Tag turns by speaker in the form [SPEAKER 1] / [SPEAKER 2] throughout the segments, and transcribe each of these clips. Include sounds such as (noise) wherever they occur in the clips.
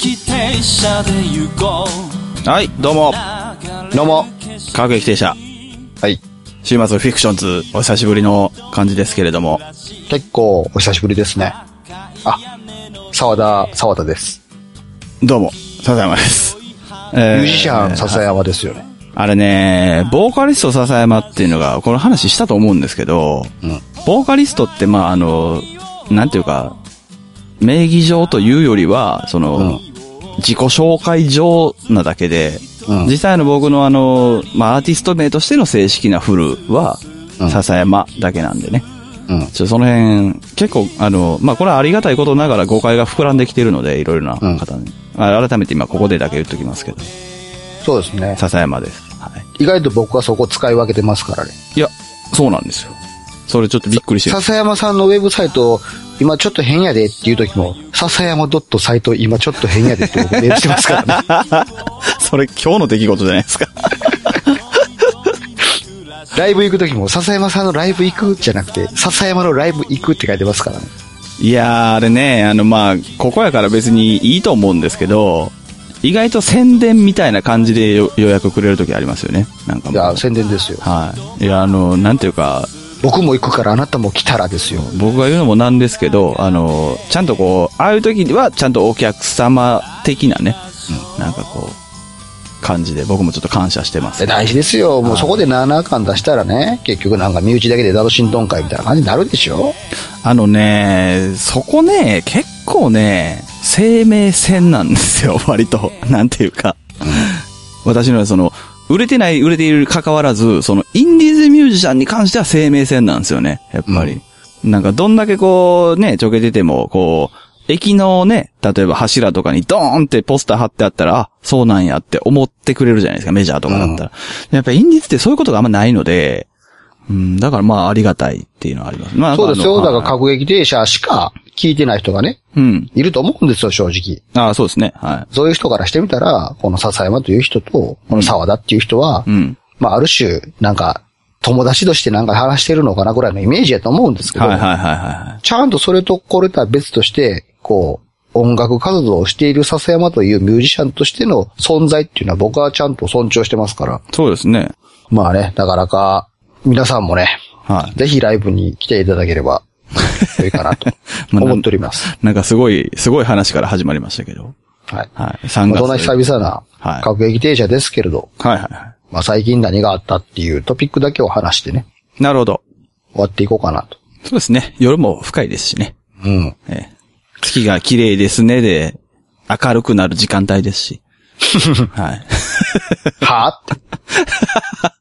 [SPEAKER 1] 列車で行こ
[SPEAKER 2] はい、どうも。
[SPEAKER 1] う
[SPEAKER 3] どうも
[SPEAKER 2] 科学否定者。
[SPEAKER 3] はい。
[SPEAKER 2] 週末フィクションズ、お久しぶりの感じですけれども。
[SPEAKER 3] 結構お久しぶりですね。あ、沢田、沢田です。
[SPEAKER 2] どうも、笹山です。え
[SPEAKER 3] ミュージシャン、笹山ですよね。
[SPEAKER 2] あれね、ボーカリスト笹山っていうのが、この話したと思うんですけど、
[SPEAKER 3] うん。
[SPEAKER 2] ボーカリストって、まあ、あの、なんていうか、名義上というよりは、その、
[SPEAKER 3] うん
[SPEAKER 2] 自己紹介上なだけで、
[SPEAKER 3] うん
[SPEAKER 2] 実際の僕のあの、まあ、アーティスト名としての正式なフルは、
[SPEAKER 3] うん
[SPEAKER 2] 笹山だけなんでね。
[SPEAKER 3] うん。
[SPEAKER 2] ちょその辺、結構、あの、まあ、これはありがたいことながら誤解が膨らんできてるので、いろいろな方に。あ改めて今ここでだけ言っときますけど、
[SPEAKER 3] そうですね。
[SPEAKER 2] 笹山です。はい。
[SPEAKER 3] 意外と僕はそこ使い分けてますからね。
[SPEAKER 2] いや、そうなんですよ。それちょっとびっくりしてる。
[SPEAKER 3] 笹山さんのウェブサイト、今ちょっと変やでっていう時も、笹山ドットサイト今ちょっと変やでって僕メールしてますから
[SPEAKER 2] (laughs)
[SPEAKER 3] ね。
[SPEAKER 2] それ今日の出来事じゃないですか。
[SPEAKER 3] ライブ行く時も、笹山さんのライブ行くじゃなくて、笹山のライブ行くって書いてますからね。
[SPEAKER 2] いやー、あれね、あの、まあ、ここやから別にいいと思うんですけど、意外と宣伝みたいな感じでよ予約くれるときありますよね。なんか
[SPEAKER 3] い
[SPEAKER 2] もう。
[SPEAKER 3] や、
[SPEAKER 2] はい。
[SPEAKER 3] 宣伝ですよ。
[SPEAKER 2] いや、あの、なんていうか、
[SPEAKER 3] 僕も行くからあなたも来たらですよ。
[SPEAKER 2] 僕が言うのもなんですけど、あの、ちゃんとこう、ああいう時は、ちゃんとお客様的なね、なんかこう、感じで、僕もちょっと感謝してます。
[SPEAKER 3] 大事ですよ。もうそこで7巻出したらね、結局なんか身内だけでダドシントン会みたいな感じになるでしょ
[SPEAKER 2] あのね、そこね、結構ね、生命線なんですよ、 (laughs) 割と。なんていうか。私のその、売れてない、売れている関わらず、その、インディーズミュージシャンに関しては生命線なんですよね、やっぱり。なんか、どんだけこう、ね、ちょけてても、こう、駅のね、例えば柱とかにドーンってポスター貼ってあったら、あ、そうなんやって思ってくれるじゃないですか、メジャーとかだったら。やっぱインディーズってそういうことがあんまないので、うん、だからまあありがたいっていうのはあります。まあ、
[SPEAKER 3] そうですよ。
[SPEAKER 2] あの
[SPEAKER 3] だから
[SPEAKER 2] はい
[SPEAKER 3] 各劇停車しか聞いてない人がね、
[SPEAKER 2] うん。
[SPEAKER 3] いると思うんですよ、正直。
[SPEAKER 2] ああ、そうですね。は
[SPEAKER 3] そういう人からしてみたら、この笹山という人と、この沢田っていう人は、
[SPEAKER 2] い。うん。
[SPEAKER 3] まあある種、なんか、友達としてなんか話してるのかなぐらいのイメージやと思うんですけど、
[SPEAKER 2] はいはいはいは
[SPEAKER 3] ちゃんとそれとこれとは別として、こう、音楽活動をしている笹山というミュージシャンとしての存在っていうのは僕はちゃんと尊重してますから。
[SPEAKER 2] い。そうですね。
[SPEAKER 3] まあね、なかなか、皆さんもね、
[SPEAKER 2] はい。
[SPEAKER 3] ぜひライブに来ていただければ、良いかなと
[SPEAKER 2] (laughs) まあ
[SPEAKER 3] 思っております。
[SPEAKER 2] なんかすごい、すごい話から始まりましたけど。
[SPEAKER 3] はい。
[SPEAKER 2] はい。3
[SPEAKER 3] まあ、
[SPEAKER 2] 月。
[SPEAKER 3] どんな久々な
[SPEAKER 2] はい
[SPEAKER 3] 各駅停車ですけれど、
[SPEAKER 2] はいはいは
[SPEAKER 3] まあ最近何があったっていうトピックだけを話してね、
[SPEAKER 2] い。なるほど。
[SPEAKER 3] 終わっていこうかなと。
[SPEAKER 2] そうですね。夜も深いですしね。
[SPEAKER 3] うん。
[SPEAKER 2] ええ月が綺麗ですねで、明るくなる時間帯です
[SPEAKER 3] (laughs)
[SPEAKER 2] し。はい。
[SPEAKER 3] はぁって。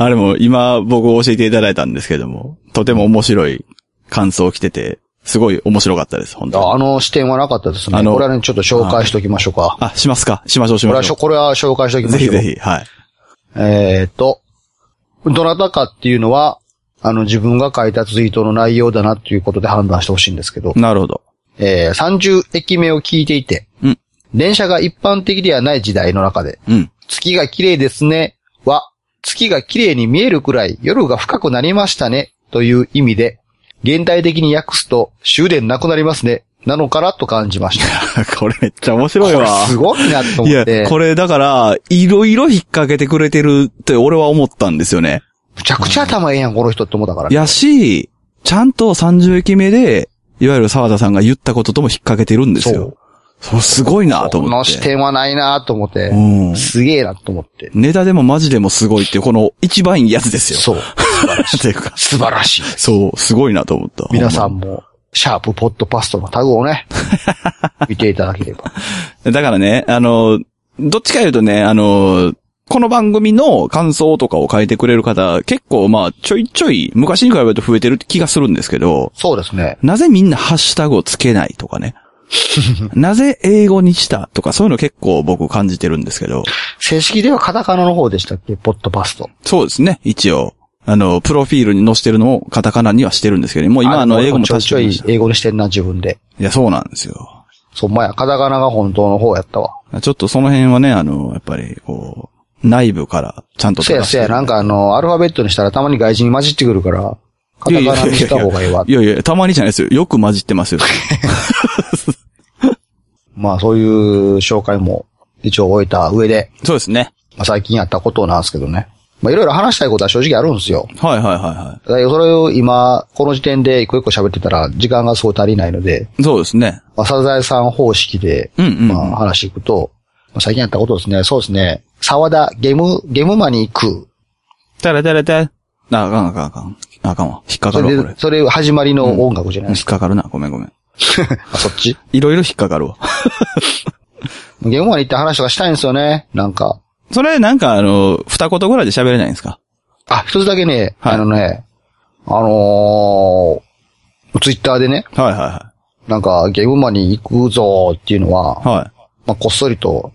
[SPEAKER 2] あれも今僕教えていただいたんですけども、とても面白い感想を来てて、すごい面白かったです、本当に
[SPEAKER 3] ああの視点はなかったですね。
[SPEAKER 2] あの
[SPEAKER 3] これはね、ちょっと紹介しておきましょうか。
[SPEAKER 2] あ、しますかしましょうし
[SPEAKER 3] これ
[SPEAKER 2] ま
[SPEAKER 3] は
[SPEAKER 2] し
[SPEAKER 3] し
[SPEAKER 2] ょ
[SPEAKER 3] ょ、これは紹介しておき
[SPEAKER 2] う。
[SPEAKER 3] ましょ
[SPEAKER 2] ぜ
[SPEAKER 3] う。
[SPEAKER 2] ひぜひ、はい。
[SPEAKER 3] えー、と、どなたかっていうのは、あの自分が書いたツイートの内容だなっていうことで判断してほしいんですけど、
[SPEAKER 2] なるほど。
[SPEAKER 3] えー、30駅目を聞いていて、
[SPEAKER 2] うん
[SPEAKER 3] 電車が一般的ではない時代の中で、
[SPEAKER 2] うん。 (laughs)
[SPEAKER 3] 月が綺麗ですねは、月が綺麗に見えるくらい夜が深くなりましたねという意味で、現代的に訳すと終電なくなりますね、なのかなと感じました。
[SPEAKER 2] これめっちゃ面白いわ。
[SPEAKER 3] すごいなと
[SPEAKER 2] い
[SPEAKER 3] 思
[SPEAKER 2] や
[SPEAKER 3] っ、て、
[SPEAKER 2] これだから、いろいろ引っ掛けてくれてるって俺は思ったんですよね。
[SPEAKER 3] むちゃくちゃ頭ええやん、この人って思ったから。
[SPEAKER 2] やし、ちゃんと30駅目で、いわゆる沢田さんが言ったこととも引っ掛けてるんですよ。そう、すごいなと
[SPEAKER 3] こ
[SPEAKER 2] 思
[SPEAKER 3] の
[SPEAKER 2] っ
[SPEAKER 3] 視
[SPEAKER 2] て。
[SPEAKER 3] 点はないなと思って、
[SPEAKER 2] うん。
[SPEAKER 3] すげえなと思って。
[SPEAKER 2] ネタでもマジでもすごいって、この一番いいやつですよ。
[SPEAKER 3] そ
[SPEAKER 2] (laughs)
[SPEAKER 3] う。
[SPEAKER 2] っていうか
[SPEAKER 3] 素晴らしい。
[SPEAKER 2] そう、すごいなと思った。
[SPEAKER 3] 皆さんも、シャープポッドパストのタグを
[SPEAKER 2] (laughs)
[SPEAKER 3] ね、見ていただければ。
[SPEAKER 2] だからね、あの、どっちか言うとね、あの、この番組の感想とかを書いてくれる方、結構まあ、ちょいちょい、昔に比べると増えてる気がするんですけど、
[SPEAKER 3] そうですね。
[SPEAKER 2] なぜみんなハッシュタグをつけないとか
[SPEAKER 3] (laughs)
[SPEAKER 2] ね。なぜ英語にしたとか、そういうの結構僕感じてるんですけど。
[SPEAKER 3] 正式ではカタカナの方でしたっけポッドパスト。
[SPEAKER 2] そうですね、一応。あの、プロフィールに載せてるのをカタカナにはしてるんですけど、もう今あの
[SPEAKER 3] れ
[SPEAKER 2] 英語も
[SPEAKER 3] ちょい
[SPEAKER 2] 確
[SPEAKER 3] ち
[SPEAKER 2] か
[SPEAKER 3] ょ
[SPEAKER 2] に。
[SPEAKER 3] い
[SPEAKER 2] い
[SPEAKER 3] 英語にしてんな、自分で。
[SPEAKER 2] や、そうなんですよ。
[SPEAKER 3] そんまや、カタカナが本当の方やったわ。
[SPEAKER 2] ちょっとその辺はね、あの、やっぱり、こう、内部からちゃんと
[SPEAKER 3] せやせや、なんかあの、アルファベットにしたらたまに外人に混じってくるから、カ
[SPEAKER 2] いやいやいや
[SPEAKER 3] タカナにした方がいいわ。
[SPEAKER 2] いやいや、たまにじゃないですよ。よく混じってますよ。
[SPEAKER 3] まあそういう紹介も一応終えた上で、
[SPEAKER 2] そうですね。
[SPEAKER 3] まあ最近やったことなんですけどね。まあいろいろ話したいことは正直あるんですよ。
[SPEAKER 2] はいはいはいは
[SPEAKER 3] だからそれを今、この時点で一個一個喋ってたら時間がすごい足りないので、
[SPEAKER 2] い。そうですね。
[SPEAKER 3] まあ、サザエさん方式で、
[SPEAKER 2] うんうんうん
[SPEAKER 3] まあ話していくと、まあ最近やったことですね。そうですね。沢田、ゲーム、ゲームマに行く。
[SPEAKER 2] たらたらたら。あ、あかんあかんあかん。あかんわ。引っかか
[SPEAKER 3] そ
[SPEAKER 2] るわ、
[SPEAKER 3] れ
[SPEAKER 2] これ
[SPEAKER 3] で、。それ始まりの音楽じゃない
[SPEAKER 2] 引
[SPEAKER 3] で
[SPEAKER 2] っ
[SPEAKER 3] すか。
[SPEAKER 2] かかるな。ごめんごめん。
[SPEAKER 3] あ、そっち
[SPEAKER 2] いろいろ引っかかるわ。
[SPEAKER 3] ゲームマに行って話とかしたいんですよね。なんか。
[SPEAKER 2] (laughs) それなんかあの、二言ぐらいで喋れないんですか
[SPEAKER 3] あ、一つだけね、
[SPEAKER 2] はい
[SPEAKER 3] あのね、あのー、ツイッターでね、
[SPEAKER 2] はいは
[SPEAKER 3] なんかゲームマに行くぞーっていうのは、
[SPEAKER 2] いはい。はい。
[SPEAKER 3] まあ、こっそりと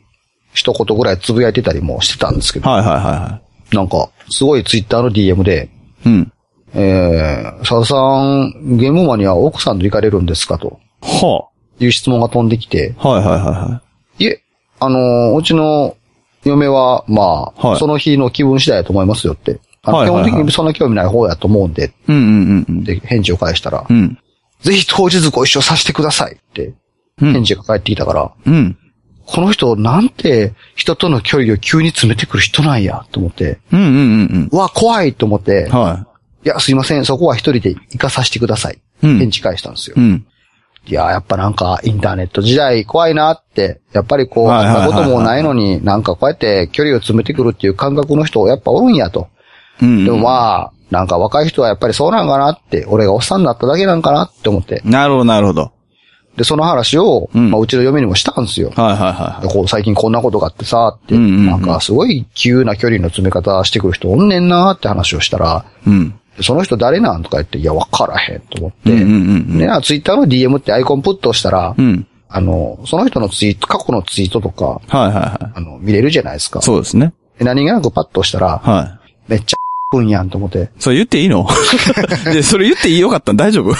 [SPEAKER 3] 一言ぐらいつぶやいてたりもしてたんですけど、
[SPEAKER 2] はいはいはいは
[SPEAKER 3] なんか、すごいツイッターの DM で、
[SPEAKER 2] い。うん。
[SPEAKER 3] えー、サウさん、ゲームマには奥さんと行かれるんですかと
[SPEAKER 2] は
[SPEAKER 3] いう質問が飛んできて、
[SPEAKER 2] あ。はいはいはいはい。
[SPEAKER 3] いえ、あのーうちの嫁は、まあ、
[SPEAKER 2] はい
[SPEAKER 3] その日の気分次第だと思いますよって。あの
[SPEAKER 2] はいはいはい
[SPEAKER 3] 基本的にそんな興味ない方やと思うんで、
[SPEAKER 2] うんうんうん
[SPEAKER 3] で返事を返したら、
[SPEAKER 2] うん。うん。
[SPEAKER 3] ぜひ当日ご一緒させてくださいって、
[SPEAKER 2] うん
[SPEAKER 3] 返事が返ってきたから、
[SPEAKER 2] うん。
[SPEAKER 3] この人なんて人との距離を急に詰めてくる人なんやと思って、
[SPEAKER 2] うんうんうん
[SPEAKER 3] うわ、怖いと思って
[SPEAKER 2] うん。、はい
[SPEAKER 3] や、すいません、そこは一人で行かさせてください。
[SPEAKER 2] い。うん
[SPEAKER 3] 返。事返したんですよ
[SPEAKER 2] う。ん。
[SPEAKER 3] いや、やっぱなんかインターネット時代怖いなって、やっぱりこう、
[SPEAKER 2] はいはいはいは
[SPEAKER 3] あ
[SPEAKER 2] い
[SPEAKER 3] んなこともないのに、なんかこうやって距離を詰めてくるっていう感覚の人やっぱおるんやと。
[SPEAKER 2] うん。
[SPEAKER 3] でもまあ、なんか若い人はやっぱりそうなんかなって、俺がおっさんになっただけなんかなって思って。
[SPEAKER 2] なるほどなるほど。
[SPEAKER 3] で、その話を、
[SPEAKER 2] うん
[SPEAKER 3] まあ、うちの嫁にもしたんですよ。
[SPEAKER 2] はいはいはいは
[SPEAKER 3] こう最近こんなことがあってさ、って、
[SPEAKER 2] うんうんうん
[SPEAKER 3] なんかすごい急な距離の詰め方してくる人おんねんなって話をしたら、
[SPEAKER 2] い。うん。
[SPEAKER 3] その人誰なんとか言って、いや、わからへんと思って、
[SPEAKER 2] うんうんうん
[SPEAKER 3] で、ツイッターの DM ってアイコンプットしたら、
[SPEAKER 2] うん。うん。
[SPEAKER 3] あの、その人のツイート、過去のツイートとか、
[SPEAKER 2] はいはいは
[SPEAKER 3] あの、見れるじゃないですか
[SPEAKER 2] い。。そうですね。
[SPEAKER 3] で何気なくパッと押したら、
[SPEAKER 2] は
[SPEAKER 3] めっちゃくんやんと思って、
[SPEAKER 2] い。それ言っていい (laughs) ので、それ言っていいよかったん大丈夫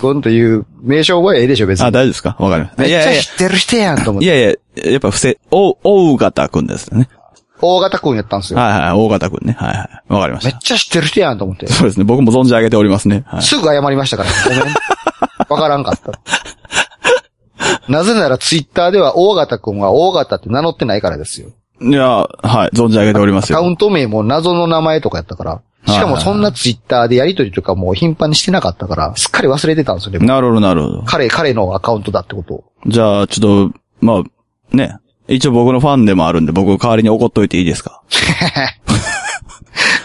[SPEAKER 3] くんという名称覚えええでしょ、別
[SPEAKER 2] あ、大丈
[SPEAKER 3] に。
[SPEAKER 2] 夫ですかわかりました。い
[SPEAKER 3] めっち
[SPEAKER 2] やい
[SPEAKER 3] ゃ
[SPEAKER 2] や
[SPEAKER 3] 知ってる人やんと思っ
[SPEAKER 2] い
[SPEAKER 3] て。
[SPEAKER 2] やいや、やっぱ不正、お、大型くんですよね。
[SPEAKER 3] 大型くんやったんですよ。
[SPEAKER 2] はいはい、大型くんね。はいはい。わかりま
[SPEAKER 3] め
[SPEAKER 2] し。
[SPEAKER 3] ったちゃ知ってる人やんと思って。
[SPEAKER 2] (laughs) そうですね。僕も存じ上げておりますね。はい。
[SPEAKER 3] すぐ謝りましたから、ごめん。わからんかった。
[SPEAKER 2] (laughs)
[SPEAKER 3] なぜならツイッターでは大型くんは大型って名乗ってないからですよ。
[SPEAKER 2] いや、はい、存じ上げております
[SPEAKER 3] アカウ
[SPEAKER 2] よ。
[SPEAKER 3] ント名も謎の名前とかやったから。しかもそんなツイッターでやりとりとかもう頻繁にしてなかったから、すっかり忘れてたんですよね。
[SPEAKER 2] なるほど、なるほど。
[SPEAKER 3] 彼、彼のアカウントだってことを。
[SPEAKER 2] じゃあ、ちょっと、まあ、ね。一応僕のファンでもあるんで、僕代わりに怒っといていいですか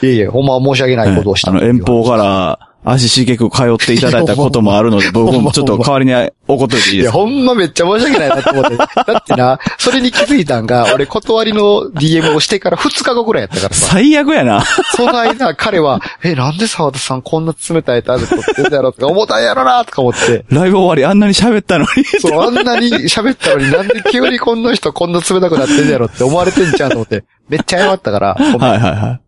[SPEAKER 3] いやいや、ほんまは申し訳ないことをした
[SPEAKER 2] あの、遠方から足しげく通っていただいたこともあるの
[SPEAKER 3] (laughs)
[SPEAKER 2] で、僕もちょっと代わりに怒っといていい
[SPEAKER 3] い
[SPEAKER 2] で
[SPEAKER 3] や、
[SPEAKER 2] すか
[SPEAKER 3] ほんまめっちゃ申し訳ないなと思って。だってな、それに気づいたんが、俺断りの DM をしてから2日後くらいやったからさ。
[SPEAKER 2] 最悪やな。
[SPEAKER 3] その間、彼は、え、なんで沢田さんこんな冷たい態度取ってんだろうとか、重たいやろなとか思って。
[SPEAKER 2] ライブ終わりあんなに喋ったのに。
[SPEAKER 3] そう、あんなに喋ったのになんで急にこんな人こんな冷たくなってんだろうって思われてんじゃんと思って。めっちゃ謝ったから、ごめん
[SPEAKER 2] はいはいはい。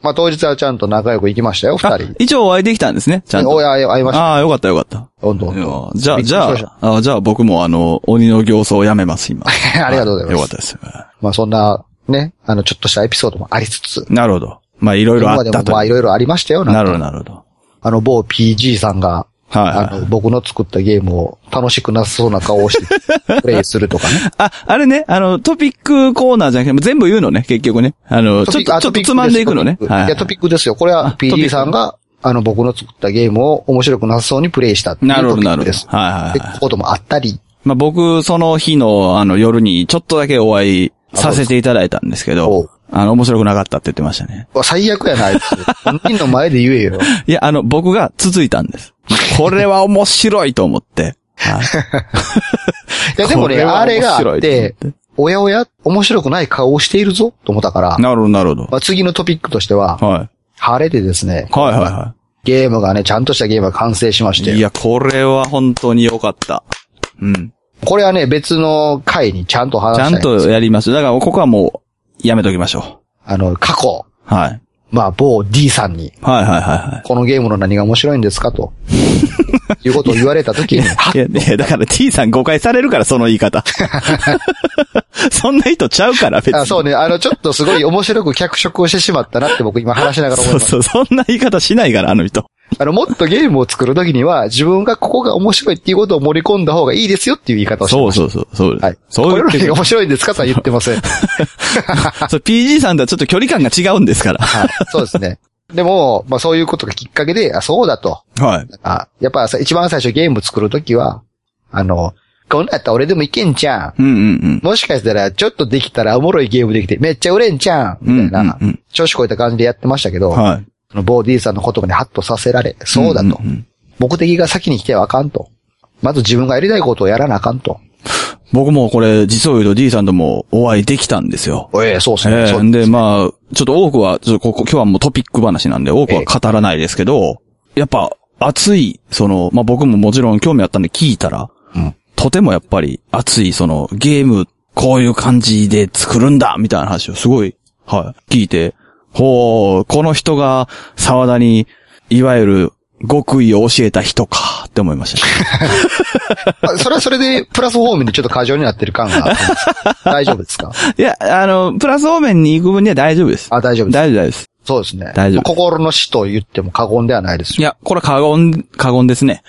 [SPEAKER 3] まあ当日はちゃんと仲良く行きましたよ、二
[SPEAKER 2] あ
[SPEAKER 3] 人。、
[SPEAKER 2] 一応お会いできたんですね、ちゃん
[SPEAKER 3] お
[SPEAKER 2] と。
[SPEAKER 3] や、会いました。
[SPEAKER 2] ああ、よかったよかった。
[SPEAKER 3] ほんとほん
[SPEAKER 2] いや
[SPEAKER 3] と
[SPEAKER 2] じゃあ、
[SPEAKER 3] びっ
[SPEAKER 2] じ
[SPEAKER 3] くりし
[SPEAKER 2] ゃ
[SPEAKER 3] ました
[SPEAKER 2] あ、あじゃあ僕もあの、鬼の行走をやめます、今。
[SPEAKER 3] (laughs) ありがとうございます
[SPEAKER 2] よかったです。
[SPEAKER 3] まあそんな、ね、あの、ちょっとしたエピソードもありつつ。
[SPEAKER 2] なるほど。まあ、いろいろ
[SPEAKER 3] 今
[SPEAKER 2] あ
[SPEAKER 3] ま
[SPEAKER 2] っ
[SPEAKER 3] で
[SPEAKER 2] た
[SPEAKER 3] も
[SPEAKER 2] と。
[SPEAKER 3] まあいろいろありましたよ、なん
[SPEAKER 2] な
[SPEAKER 3] か
[SPEAKER 2] るほど、なるほど。
[SPEAKER 3] あの某 PG さんが、
[SPEAKER 2] はいはい
[SPEAKER 3] あの、僕の作ったゲームを楽しくなさそうな顔
[SPEAKER 2] (laughs)
[SPEAKER 3] をして、プレイするとかね。
[SPEAKER 2] あ、あれね、あの、トピックコーナーじゃなくて、もう全部言うのね、結局ね。あの、ちょっと、
[SPEAKER 3] あ
[SPEAKER 2] ちょっ
[SPEAKER 3] トピ
[SPEAKER 2] と
[SPEAKER 3] ック
[SPEAKER 2] つまんでいくのね。
[SPEAKER 3] トピックいや、トピックですよ。これは
[SPEAKER 2] あトピッ
[SPEAKER 3] PD
[SPEAKER 2] ク
[SPEAKER 3] さんが、あの、僕の作ったゲームを面白くなさそうにプレイしたっていう
[SPEAKER 2] なるほ
[SPEAKER 3] ト
[SPEAKER 2] ど、
[SPEAKER 3] ピ
[SPEAKER 2] な
[SPEAKER 3] ッ
[SPEAKER 2] るほ
[SPEAKER 3] ク
[SPEAKER 2] ど。
[SPEAKER 3] です。
[SPEAKER 2] はいはいは
[SPEAKER 3] っ
[SPEAKER 2] い
[SPEAKER 3] て。こともあったり、
[SPEAKER 2] まあ、僕、その日の、あの、夜に、ちょっとだけお会いさせていただいたんですけ
[SPEAKER 3] おう
[SPEAKER 2] ど、あの、面白くなかったって言ってましたね。
[SPEAKER 3] うわ最悪やな、あいつ。本人の前で言え
[SPEAKER 2] (laughs)
[SPEAKER 3] よ。
[SPEAKER 2] いや、あの、僕が続いたんです。これは面白いと思って。はい。
[SPEAKER 3] いや、でも
[SPEAKER 2] こ
[SPEAKER 3] ね、
[SPEAKER 2] れは
[SPEAKER 3] あれ
[SPEAKER 2] 面
[SPEAKER 3] があっ
[SPEAKER 2] 白い
[SPEAKER 3] て
[SPEAKER 2] と思っ、
[SPEAKER 3] おやおや、面白くない顔をしているぞ、と思ったから、
[SPEAKER 2] なるほど、なるほど。
[SPEAKER 3] まあ、次のトピックとしては、
[SPEAKER 2] はい。
[SPEAKER 3] 晴れてですね、
[SPEAKER 2] はいはいは
[SPEAKER 3] ゲームがね、ちゃんとしたゲームが完成しまし
[SPEAKER 2] い。い
[SPEAKER 3] て、
[SPEAKER 2] や、これは本当に良かった。うん。
[SPEAKER 3] これはね、別の回にちゃんと話
[SPEAKER 2] ち
[SPEAKER 3] した
[SPEAKER 2] ゃ
[SPEAKER 3] いん
[SPEAKER 2] ん
[SPEAKER 3] ですよ
[SPEAKER 2] とやります。だから、ここはもう、やめときましょ
[SPEAKER 3] あの、過去、
[SPEAKER 2] う。はい。
[SPEAKER 3] まあ、某 D さんに、
[SPEAKER 2] はいはいはいはい。
[SPEAKER 3] このゲームの何が面白いんですか
[SPEAKER 2] (laughs)
[SPEAKER 3] と。いうことを言われたときに、はい
[SPEAKER 2] や、いやだから T さん誤解されるから、その言い
[SPEAKER 3] (laughs)
[SPEAKER 2] 方。そんな人ちゃうから、別に。
[SPEAKER 3] あそうね、あの、ちょっとすごい面白く脚色をしてしまったなって僕今話しながら
[SPEAKER 2] そ
[SPEAKER 3] 思いうます。
[SPEAKER 2] そう、そんな言い方しないから、あの人。
[SPEAKER 3] あの、もっとゲームを作るときには、自分がここが面白いっていうことを盛り込んだ方がいいですよっていう言い方をして
[SPEAKER 2] そ
[SPEAKER 3] ま
[SPEAKER 2] う
[SPEAKER 3] す。
[SPEAKER 2] そうそう。そうです。
[SPEAKER 3] はい。
[SPEAKER 2] そう
[SPEAKER 3] こ
[SPEAKER 2] 言
[SPEAKER 3] れ
[SPEAKER 2] っ
[SPEAKER 3] の
[SPEAKER 2] て
[SPEAKER 3] 何
[SPEAKER 2] る
[SPEAKER 3] が面白いんですかとは言ってません。
[SPEAKER 2] そう PG さんとはちょっと距離感が違うんですから。
[SPEAKER 3] はい。そうですね。でも、まあそういうことがきっかけで、あ、そうだと。
[SPEAKER 2] はい。
[SPEAKER 3] あ、やっぱさ一番最初ゲーム作るときは、あの、こんなんやったら俺でもいけんじゃん。
[SPEAKER 2] うんうん
[SPEAKER 3] もしかしたら、ちょっとできたらおもろいゲームできて、めっちゃ売れんじゃんみたいな、
[SPEAKER 2] うんうんうん
[SPEAKER 3] 調子こいた感じでやってましたけど、
[SPEAKER 2] うん。はい。
[SPEAKER 3] そのボーディーさんの言葉にハッとさせられ、そうだと。
[SPEAKER 2] んんん
[SPEAKER 3] 目的が先に来てはあかんと。まず自分がやりたいことをやらなあかんと。
[SPEAKER 2] 僕もこれ、実を言うと D さんともお会いできたんですよ。
[SPEAKER 3] ええ、そうですね。
[SPEAKER 2] ええ
[SPEAKER 3] そう
[SPEAKER 2] で、まあ、ちょっと多くは、ちょっとここ、今日はもうトピック話なんで、多くは語らないですけど、やっぱ、熱い、その、まあ僕ももちろん興味あったんで聞いたら、
[SPEAKER 3] うん
[SPEAKER 2] とてもやっぱり熱い、その、ゲーム、こういう感じで作るんだみたいな話をすごい、はい、聞いて、ほう、この人が、沢田に、いわゆる、極意を教えた人か、って思いました、ね。
[SPEAKER 3] まあそれはそれで、プラス方面でちょっと過剰になってる感があるんで
[SPEAKER 2] (laughs)
[SPEAKER 3] すけど大丈夫ですか
[SPEAKER 2] (laughs) いや、あの、プラス方面に行く分には大丈夫です。
[SPEAKER 3] あ、大丈夫です。
[SPEAKER 2] 大丈夫です。
[SPEAKER 3] そうですね。
[SPEAKER 2] 大丈夫
[SPEAKER 3] まあ心の死と言っても過言ではないです
[SPEAKER 2] い
[SPEAKER 3] よ。
[SPEAKER 2] や、これ過言、過言です
[SPEAKER 3] (laughs)
[SPEAKER 2] ね。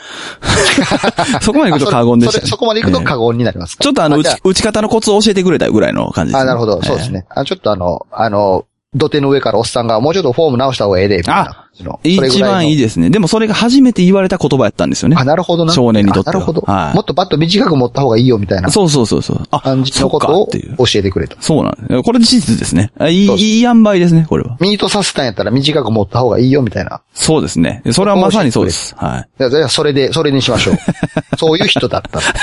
[SPEAKER 2] そこまで行くと過言でし
[SPEAKER 3] そ
[SPEAKER 2] た、
[SPEAKER 3] れそれそこまで行くと
[SPEAKER 2] ええ
[SPEAKER 3] 過言になりますか
[SPEAKER 2] ちょっとあの、
[SPEAKER 3] あ
[SPEAKER 2] 打
[SPEAKER 3] じゃあ
[SPEAKER 2] ち、打ち方のコツを教えてくれたぐらいの感じです、ね。
[SPEAKER 3] あ、なるほど。そうです
[SPEAKER 2] ね。
[SPEAKER 3] ね。あちょっとあの、あの、土手の上からおっさんがもうちょっとフォーム直した方がええで、みたいな。そのそれぐ
[SPEAKER 2] 一
[SPEAKER 3] ら
[SPEAKER 2] 番いい
[SPEAKER 3] の
[SPEAKER 2] ですね。でもそれが初めて言われた言葉やったんですよね
[SPEAKER 3] あ、。なるほどな。
[SPEAKER 2] 少年にとって
[SPEAKER 3] あ
[SPEAKER 2] は
[SPEAKER 3] なるほど。
[SPEAKER 2] はい
[SPEAKER 3] もっとバット短く持った方がいいよ、みたいな
[SPEAKER 2] そうそうそうそう。あ、
[SPEAKER 3] 感じ
[SPEAKER 2] そ
[SPEAKER 3] の
[SPEAKER 2] っ
[SPEAKER 3] こ
[SPEAKER 2] か
[SPEAKER 3] とを
[SPEAKER 2] っていう。
[SPEAKER 3] 教えてくれた。
[SPEAKER 2] そうなんです。これ事実ですね。あいい、
[SPEAKER 3] そうです
[SPEAKER 2] いい塩梅ですね、これは。
[SPEAKER 3] ミートさせたんやったら短く持った方がいいよ、みたいな。
[SPEAKER 2] そうですね。それはまさにそうです。はい。
[SPEAKER 3] じゃあじゃあ、それで、それにしましょ (laughs) う。そういう人だったってい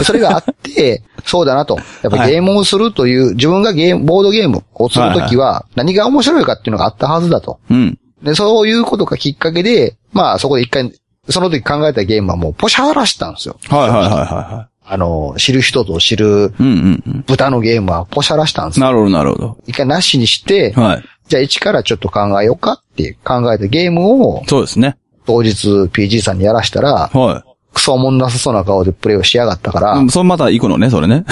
[SPEAKER 3] うそれがあって、そうだなと。やっぱ
[SPEAKER 2] はい
[SPEAKER 3] ゲームをするという、自分がゲーム、ボードゲームをするときは、何が面白いかっていうのがあったはずだと。
[SPEAKER 2] うん。
[SPEAKER 3] で、そういうことがきっかけで、まあそこで一回、その時考えたゲームはもうポシャらしたんですよ。
[SPEAKER 2] はいはいはいはいは
[SPEAKER 3] あの、知る人ぞ知る
[SPEAKER 2] い。うんうんうん。
[SPEAKER 3] 豚のゲームはポシャらしたんですよ。
[SPEAKER 2] なるほどなるほ
[SPEAKER 3] 一回なしにして、
[SPEAKER 2] ど。はい。
[SPEAKER 3] じゃあ一からちょっと考えようかって考えたゲームを
[SPEAKER 2] そうですね。
[SPEAKER 3] 当日 PG さんにやらしたら、
[SPEAKER 2] はい。
[SPEAKER 3] クソおもんなさそうな顔でプレイをしやがったから、
[SPEAKER 2] うん、それまた行くのね、それ
[SPEAKER 3] (laughs)
[SPEAKER 2] ね。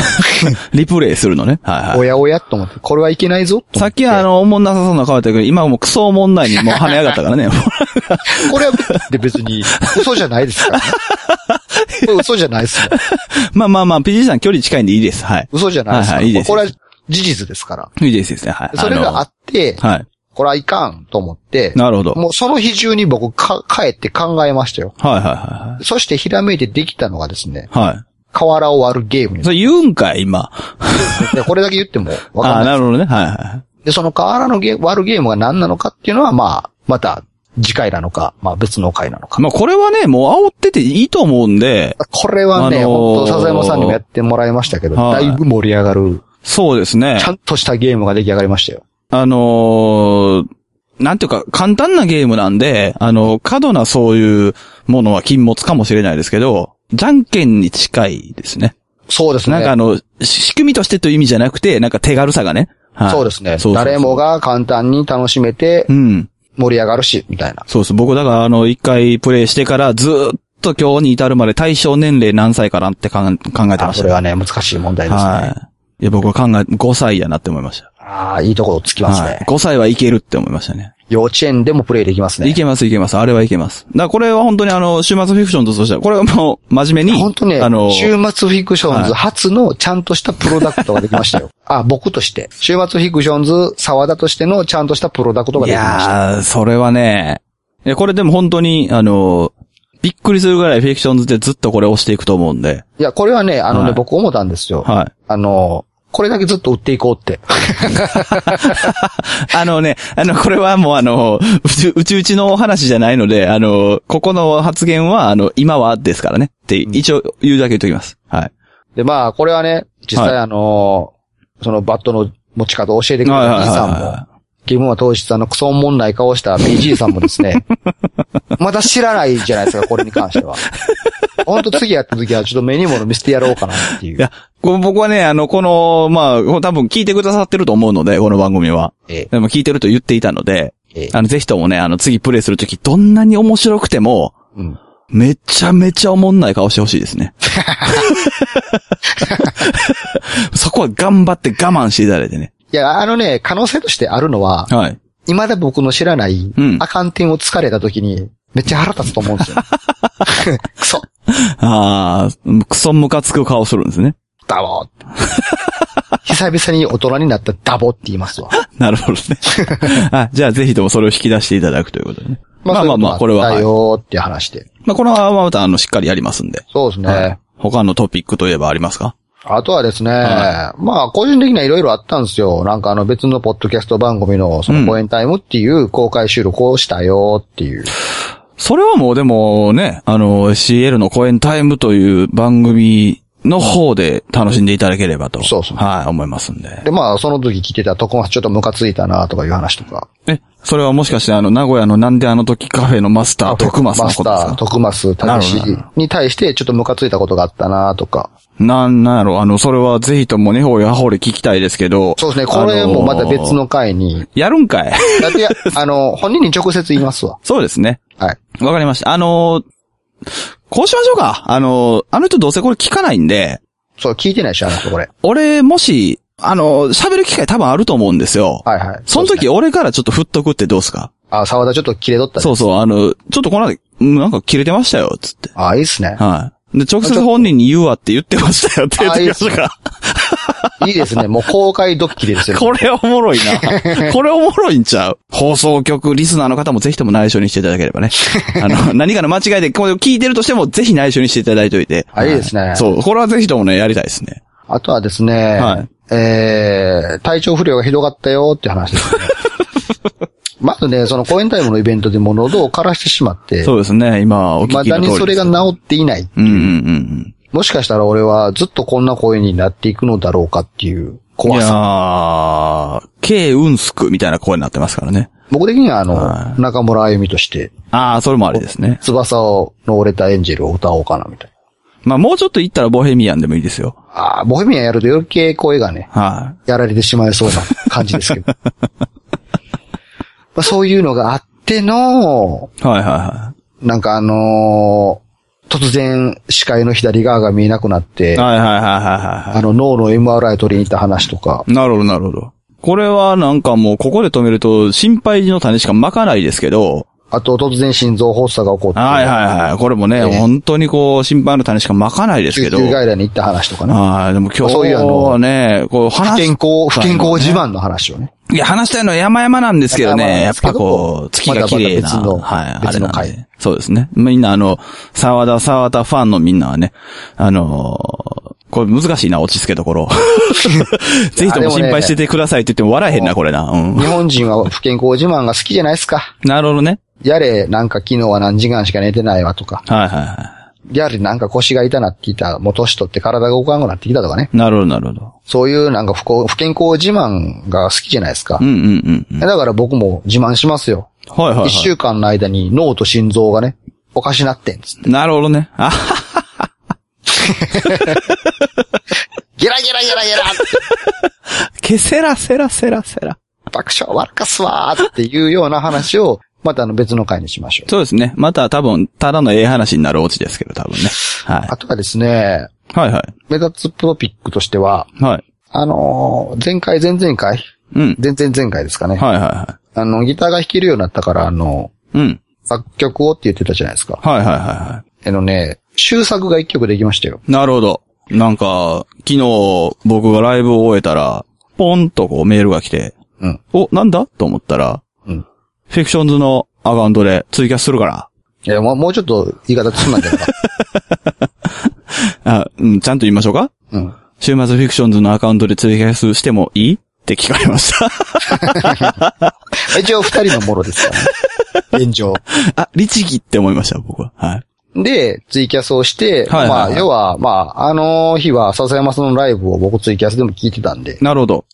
[SPEAKER 2] リプレイするのね。はいはい。
[SPEAKER 3] おやおやと思って、これはいけないぞと
[SPEAKER 2] さ
[SPEAKER 3] 思
[SPEAKER 2] ってきはあの、おもんなさそうな顔やったけど、今はもうクソおもんないにもう跳ね上がったからね。 (laughs)
[SPEAKER 3] これは別に嘘じゃないで
[SPEAKER 2] (laughs)
[SPEAKER 3] すからね。これ嘘じゃないですよ。
[SPEAKER 2] まあまあまあ、PG さん距離近いんでいいです。はい。
[SPEAKER 3] 嘘じゃないですから。
[SPEAKER 2] はいはいいいです
[SPEAKER 3] これは事実ですから。
[SPEAKER 2] いいですいいですね。はい。
[SPEAKER 3] それがあって、
[SPEAKER 2] のはい。
[SPEAKER 3] これはいかんと思って、
[SPEAKER 2] なるほど。はい
[SPEAKER 3] もうその日中に僕か、帰って考えましたよ。
[SPEAKER 2] はいは
[SPEAKER 3] そしてひらめいてできたのがですね、
[SPEAKER 2] いはい。は
[SPEAKER 3] 河原を割るゲーム
[SPEAKER 2] い。
[SPEAKER 3] に
[SPEAKER 2] そ。れ言うんかい、今。 (laughs)
[SPEAKER 3] でこれだけ言ってもわ
[SPEAKER 2] あ
[SPEAKER 3] か
[SPEAKER 2] あ、
[SPEAKER 3] んな
[SPEAKER 2] な
[SPEAKER 3] い。
[SPEAKER 2] るほどね。はいは
[SPEAKER 3] で、その河原のゲー割るゲームが何なのかっていうのは、まあ、また次回なのか、まあ別の回なのか
[SPEAKER 2] い。。まあこれはね、もう煽ってていいと思うんで、
[SPEAKER 3] これは
[SPEAKER 2] あ
[SPEAKER 3] ね、
[SPEAKER 2] のー
[SPEAKER 3] 本当笹山さんにもやってもらいましたけど、
[SPEAKER 2] はい
[SPEAKER 3] だいぶ盛り上がる、
[SPEAKER 2] そうですね
[SPEAKER 3] ち。ゃんとしたゲームが出来上がりましたよ。
[SPEAKER 2] あのー、なんていうか、簡単なゲームなんで、あの、過度なそういうものは禁物かもしれないですけど、じゃんけんに近いですね。
[SPEAKER 3] そうですね。
[SPEAKER 2] なんかあの、し仕組みとしてという意味じゃなくて、なんか手軽さがね。はい
[SPEAKER 3] そうですね
[SPEAKER 2] そうそうそう
[SPEAKER 3] 誰もが簡単に楽しめて
[SPEAKER 2] うん。
[SPEAKER 3] 盛り上がるし、みたいな。
[SPEAKER 2] そうです。僕、だからあの、一回プレイしてからずーっと今日に至るまで対象年齢何歳かなってかん考えて
[SPEAKER 3] あ
[SPEAKER 2] まし
[SPEAKER 3] そ
[SPEAKER 2] た
[SPEAKER 3] れ
[SPEAKER 2] よ。
[SPEAKER 3] はね、難しい問題ですね。
[SPEAKER 2] はい。いや、僕は考え、5歳やなって思いました。
[SPEAKER 3] ああ、いいところつきますね、
[SPEAKER 2] はい。5歳はいけるって思いましたね。
[SPEAKER 3] 幼稚園でもプレイできます
[SPEAKER 2] い
[SPEAKER 3] ね。
[SPEAKER 2] けます、いけます。あれはいけます。だからこれは本当にあの、週末フィクションとそうしたら、これはもう、真面目に。
[SPEAKER 3] 本当ね、
[SPEAKER 2] あの、
[SPEAKER 3] 週末フィクションズ初のちゃんとしたプロダクトができま
[SPEAKER 2] (laughs)
[SPEAKER 3] したよ。あ、僕として。週末フィクションズ沢田としてのちゃんとしたプロダクトが
[SPEAKER 2] い
[SPEAKER 3] できました。
[SPEAKER 2] やー、それはね、いや、これでも本当に、あの、びっくりするぐらいフィクションズってずっとこれ押していくと思うんで。
[SPEAKER 3] いや、これはね、あのね、
[SPEAKER 2] はい
[SPEAKER 3] 僕思ったんですよ。
[SPEAKER 2] はい。
[SPEAKER 3] あの、これだけずっと売っていこうって。
[SPEAKER 2] あのね、あの、これはもうあの、うち、うちうちのお話じゃないので、あの、ここの発言は、あの、今はですからね。って、一応言うだけ言っときます。はい。
[SPEAKER 3] で、まあ、これはね、実際
[SPEAKER 2] はい
[SPEAKER 3] あの、そのバットの持ち方を教えてくれ
[SPEAKER 2] はい
[SPEAKER 3] た
[SPEAKER 2] はい
[SPEAKER 3] B
[SPEAKER 2] はい
[SPEAKER 3] さんも、
[SPEAKER 2] は
[SPEAKER 3] ゲームは当日あのクソおもんない顔した BG さんもで
[SPEAKER 2] (laughs)
[SPEAKER 3] すね、まだ知らないじゃないですか、これに関しては。ほんと次やった時はちょっと目に物見せてやろうかなってい
[SPEAKER 2] い。
[SPEAKER 3] う。
[SPEAKER 2] いや、こう僕はね、あの、この、まあ、多分聞いてくださってると思うので、この番組は。
[SPEAKER 3] ええ
[SPEAKER 2] でも聞いてると言っていたので、
[SPEAKER 3] ええ
[SPEAKER 2] あの、ぜひともね、あの、次プレイするとき、どんなに面白くても、
[SPEAKER 3] うん
[SPEAKER 2] めちゃめちゃおもんない顔してほしいですね。 (laughs) そこは頑張って我慢していただいてね。
[SPEAKER 3] いや、あのね、可能性としてあるのは、
[SPEAKER 2] はい。
[SPEAKER 3] 未だ僕の知らない
[SPEAKER 2] うん、
[SPEAKER 3] あかん点を突かれた時に、めっちゃ腹立つと思うん
[SPEAKER 2] (laughs)
[SPEAKER 3] ですよ。クソ
[SPEAKER 2] ああ、クソムカつく顔するんですね。 (laughs)
[SPEAKER 3] ダボーって (laughs) 久々に大人になったダボって言いますわ。
[SPEAKER 2] なるほどね。あじゃあ、ぜひともそれを引き出していただくということでね。 (laughs) まあまあまあ、これは。
[SPEAKER 3] だ
[SPEAKER 2] はい
[SPEAKER 3] よーっていう話で。
[SPEAKER 2] まあ、このまままた、あの、しっかりやりますんで。
[SPEAKER 3] そうですね。
[SPEAKER 2] はい他のトピックといえばありますか
[SPEAKER 3] あとはですね、
[SPEAKER 2] は
[SPEAKER 3] まあ個人的にはいろいろあったんですよ。なんかあの別のポッドキャスト番組のその公演タイムっていう公開収録をしたよっていう。
[SPEAKER 2] それはもうでもね、あの、CL の公演タイムという番組の方で楽しんでいただければと。
[SPEAKER 3] そうそう
[SPEAKER 2] はい、思いますんで。
[SPEAKER 3] でまあその時聞いてたとこがちょっとムカついたなとかいう話とか。
[SPEAKER 2] え、それはもしかしてあの、名古屋のなんであの時カフェのマスター、徳松の
[SPEAKER 3] マス
[SPEAKER 2] こ
[SPEAKER 3] タ
[SPEAKER 2] とですか
[SPEAKER 3] ー、徳マス、たし
[SPEAKER 2] なるほどなる
[SPEAKER 3] に対してちょっとムカついたことがあったなとか。
[SPEAKER 2] なんなんやろ、あの、それはぜひともねほうやほうで聞きたいですけど。
[SPEAKER 3] そうですね、これもまた別
[SPEAKER 2] あー。
[SPEAKER 3] の回に。
[SPEAKER 2] (laughs) やるんかい
[SPEAKER 3] だっていや、あの、本人に直接言いますわ。
[SPEAKER 2] そうですね。
[SPEAKER 3] はい。
[SPEAKER 2] わかりました。あのーこうしましょうか。あのーあの人どうせこれ聞かないんで、
[SPEAKER 3] そう、聞いてないし、あの人これ。
[SPEAKER 2] 俺もし、あのー喋る機会多分あると思うんですよ。
[SPEAKER 3] はいはい。
[SPEAKER 2] その
[SPEAKER 3] うです
[SPEAKER 2] 時、
[SPEAKER 3] ね、
[SPEAKER 2] 俺からちょっと振っとくってどうすか
[SPEAKER 3] あ、沢田ちょっと切れとったね
[SPEAKER 2] そうそう、あの、ちょっとこの間、うんなんか切れてましたよ、つって。
[SPEAKER 3] あ、いいっすね。
[SPEAKER 2] (laughs) はい。で、直接本人に言うわって言ってましたよって言っ
[SPEAKER 3] あい
[SPEAKER 2] て
[SPEAKER 3] い
[SPEAKER 2] ま
[SPEAKER 3] っ
[SPEAKER 2] し
[SPEAKER 3] すね
[SPEAKER 2] たか。
[SPEAKER 3] いいですね。もう公開ドッキリですよ。
[SPEAKER 2] これおもろい
[SPEAKER 3] (laughs)
[SPEAKER 2] な。これおもろいんちゃう放送局、リスナーの方もぜひとも内緒にしていただけれ
[SPEAKER 3] (laughs)
[SPEAKER 2] ばね。あの、何かの間違いで、これを聞いてるとしても、ぜひ内緒にしていただいておいて。
[SPEAKER 3] あいいですね
[SPEAKER 2] はそう、これはぜひともね、やりたいですね。
[SPEAKER 3] あとはですね、
[SPEAKER 2] はい
[SPEAKER 3] えー、体調不良がひどかったよっていう話です
[SPEAKER 2] (laughs)
[SPEAKER 3] ね。まずね、その公演タイムのイベントでもう喉を枯らしてしまって、
[SPEAKER 2] そうですね、今、お聞きの
[SPEAKER 3] ま
[SPEAKER 2] 通り
[SPEAKER 3] だにそれが
[SPEAKER 2] です
[SPEAKER 3] 治っていない。
[SPEAKER 2] うんうんうん
[SPEAKER 3] もしかしたら俺はずっとこんな声になっていくのだろうかっていう
[SPEAKER 2] うん。い
[SPEAKER 3] 怖
[SPEAKER 2] や
[SPEAKER 3] さ。
[SPEAKER 2] ー、K うんすくみたいな声になってますからね。
[SPEAKER 3] 僕的にはあの、
[SPEAKER 2] は
[SPEAKER 3] 中村あゆみとして、
[SPEAKER 2] ああ、それもありですね。
[SPEAKER 3] 翼をの折れたエンジェルを歌おうかなみたいな。
[SPEAKER 2] まあ、もうちょっと言ったらボヘミアンでもいいですよ。
[SPEAKER 3] ああ、ボヘミアンやると余計声がね、
[SPEAKER 2] は
[SPEAKER 3] やられてしまいそうな感じですけど。 (laughs) まあそういうのがあっての、
[SPEAKER 2] い。はいはいは
[SPEAKER 3] なんかあのー突然視界の左側が見えなくなって、
[SPEAKER 2] い。
[SPEAKER 3] あ
[SPEAKER 2] はいはいはいはいは
[SPEAKER 3] の脳の MRI 取りに行った話とか、
[SPEAKER 2] い。なるほどなるほど。これはなんかもうここで止めると心配の種しかまかないですけど、
[SPEAKER 3] あと突然心臓発作が起こって、
[SPEAKER 2] はいはいはい。これもね、
[SPEAKER 3] ええ
[SPEAKER 2] 本当にこう心配の種しかまかないですけ
[SPEAKER 3] 救急
[SPEAKER 2] ど。
[SPEAKER 3] 外来に行った話とかね。
[SPEAKER 2] はい、でも今日
[SPEAKER 3] そういうあの
[SPEAKER 2] はね、こう
[SPEAKER 3] 不
[SPEAKER 2] 話
[SPEAKER 3] 健
[SPEAKER 2] し、
[SPEAKER 3] 康、不健康自慢の話をね。
[SPEAKER 2] いや話したいのは山々なんですけどね、やっぱこう、月が綺麗な、
[SPEAKER 3] まだまだ別の
[SPEAKER 2] はい、あれ
[SPEAKER 3] 別の
[SPEAKER 2] なん
[SPEAKER 3] 回
[SPEAKER 2] で。そうですね。みんなあの、沢田沢田ファンのみんなはね、あのーこれ難しいな、落ち着けどこ
[SPEAKER 3] (laughs)
[SPEAKER 2] ろ。 (laughs) ぜひとも心配しててくださいって言っても笑えへんな、これな。うん
[SPEAKER 3] 日。本人は不健康自慢が好きじゃないですか。
[SPEAKER 2] なるほどね。
[SPEAKER 3] やれ、なんか昨日は何時間しか寝てないわとか。
[SPEAKER 2] はいはいは
[SPEAKER 3] やれ、なんか腰が痛なってきた、もう年取って体が動かんくなってきたとかね。
[SPEAKER 2] い。なるほど、なるほど。
[SPEAKER 3] そういうなんか不幸不健康自慢が好きじゃないですか
[SPEAKER 2] うん。うんうんうん。
[SPEAKER 3] だから僕も自慢しますよ。
[SPEAKER 2] はいはい、
[SPEAKER 3] 一
[SPEAKER 2] は
[SPEAKER 3] 週間の間に脳と心臓がね、おかしなってんです。
[SPEAKER 2] い。なるほどね。あはは
[SPEAKER 3] ゲラゲラゲラゲラ
[SPEAKER 2] (laughs)
[SPEAKER 3] って
[SPEAKER 2] けせらせらせらせら。
[SPEAKER 3] 爆笑笑かすわーっていうような話を、またあの別の回にしましょう。
[SPEAKER 2] そうですね。また多分、ただのええ話になるオチですけど、多分ね。は
[SPEAKER 3] あとはですね、
[SPEAKER 2] い。はいはい。
[SPEAKER 3] 目立つプロピックとしては、
[SPEAKER 2] はい。
[SPEAKER 3] あのー前回、前々回、
[SPEAKER 2] うん。
[SPEAKER 3] 前々前回ですかね。
[SPEAKER 2] はいはいは
[SPEAKER 3] あの、ギターが弾けるようになったから、あの、
[SPEAKER 2] い。うん。
[SPEAKER 3] 作曲をって言ってたじゃないですか。
[SPEAKER 2] はいはいはいは
[SPEAKER 3] あのね、終作が一曲できましたよ。
[SPEAKER 2] い。なるほど。なんか、昨日、僕がライブを終えたら、ポンとこうメールが来て、
[SPEAKER 3] うん。
[SPEAKER 2] お、なんだと思ったら、
[SPEAKER 3] うん。
[SPEAKER 2] フィクションズのアカウントでツイキャスするから、
[SPEAKER 3] いや、もうもうちょっと言い方つま
[SPEAKER 2] (laughs)
[SPEAKER 3] んでるか。
[SPEAKER 2] あ、うん、ちゃんと言いましょうか
[SPEAKER 3] うん。
[SPEAKER 2] 週末フィクションズのアカウントでツイキャスしてもいいって聞かれました。
[SPEAKER 3] 一応二人のもので
[SPEAKER 2] (laughs)
[SPEAKER 3] すからね。炎上。
[SPEAKER 2] (laughs) あ、律儀って思いました、僕は。はい。
[SPEAKER 3] で、ツイキャスをして、
[SPEAKER 2] はいはいはい
[SPEAKER 3] まあ、要は、まあ、あの日は、笹山さんのライブを僕ツイキャスでも聞いてたんで、
[SPEAKER 2] なるほど。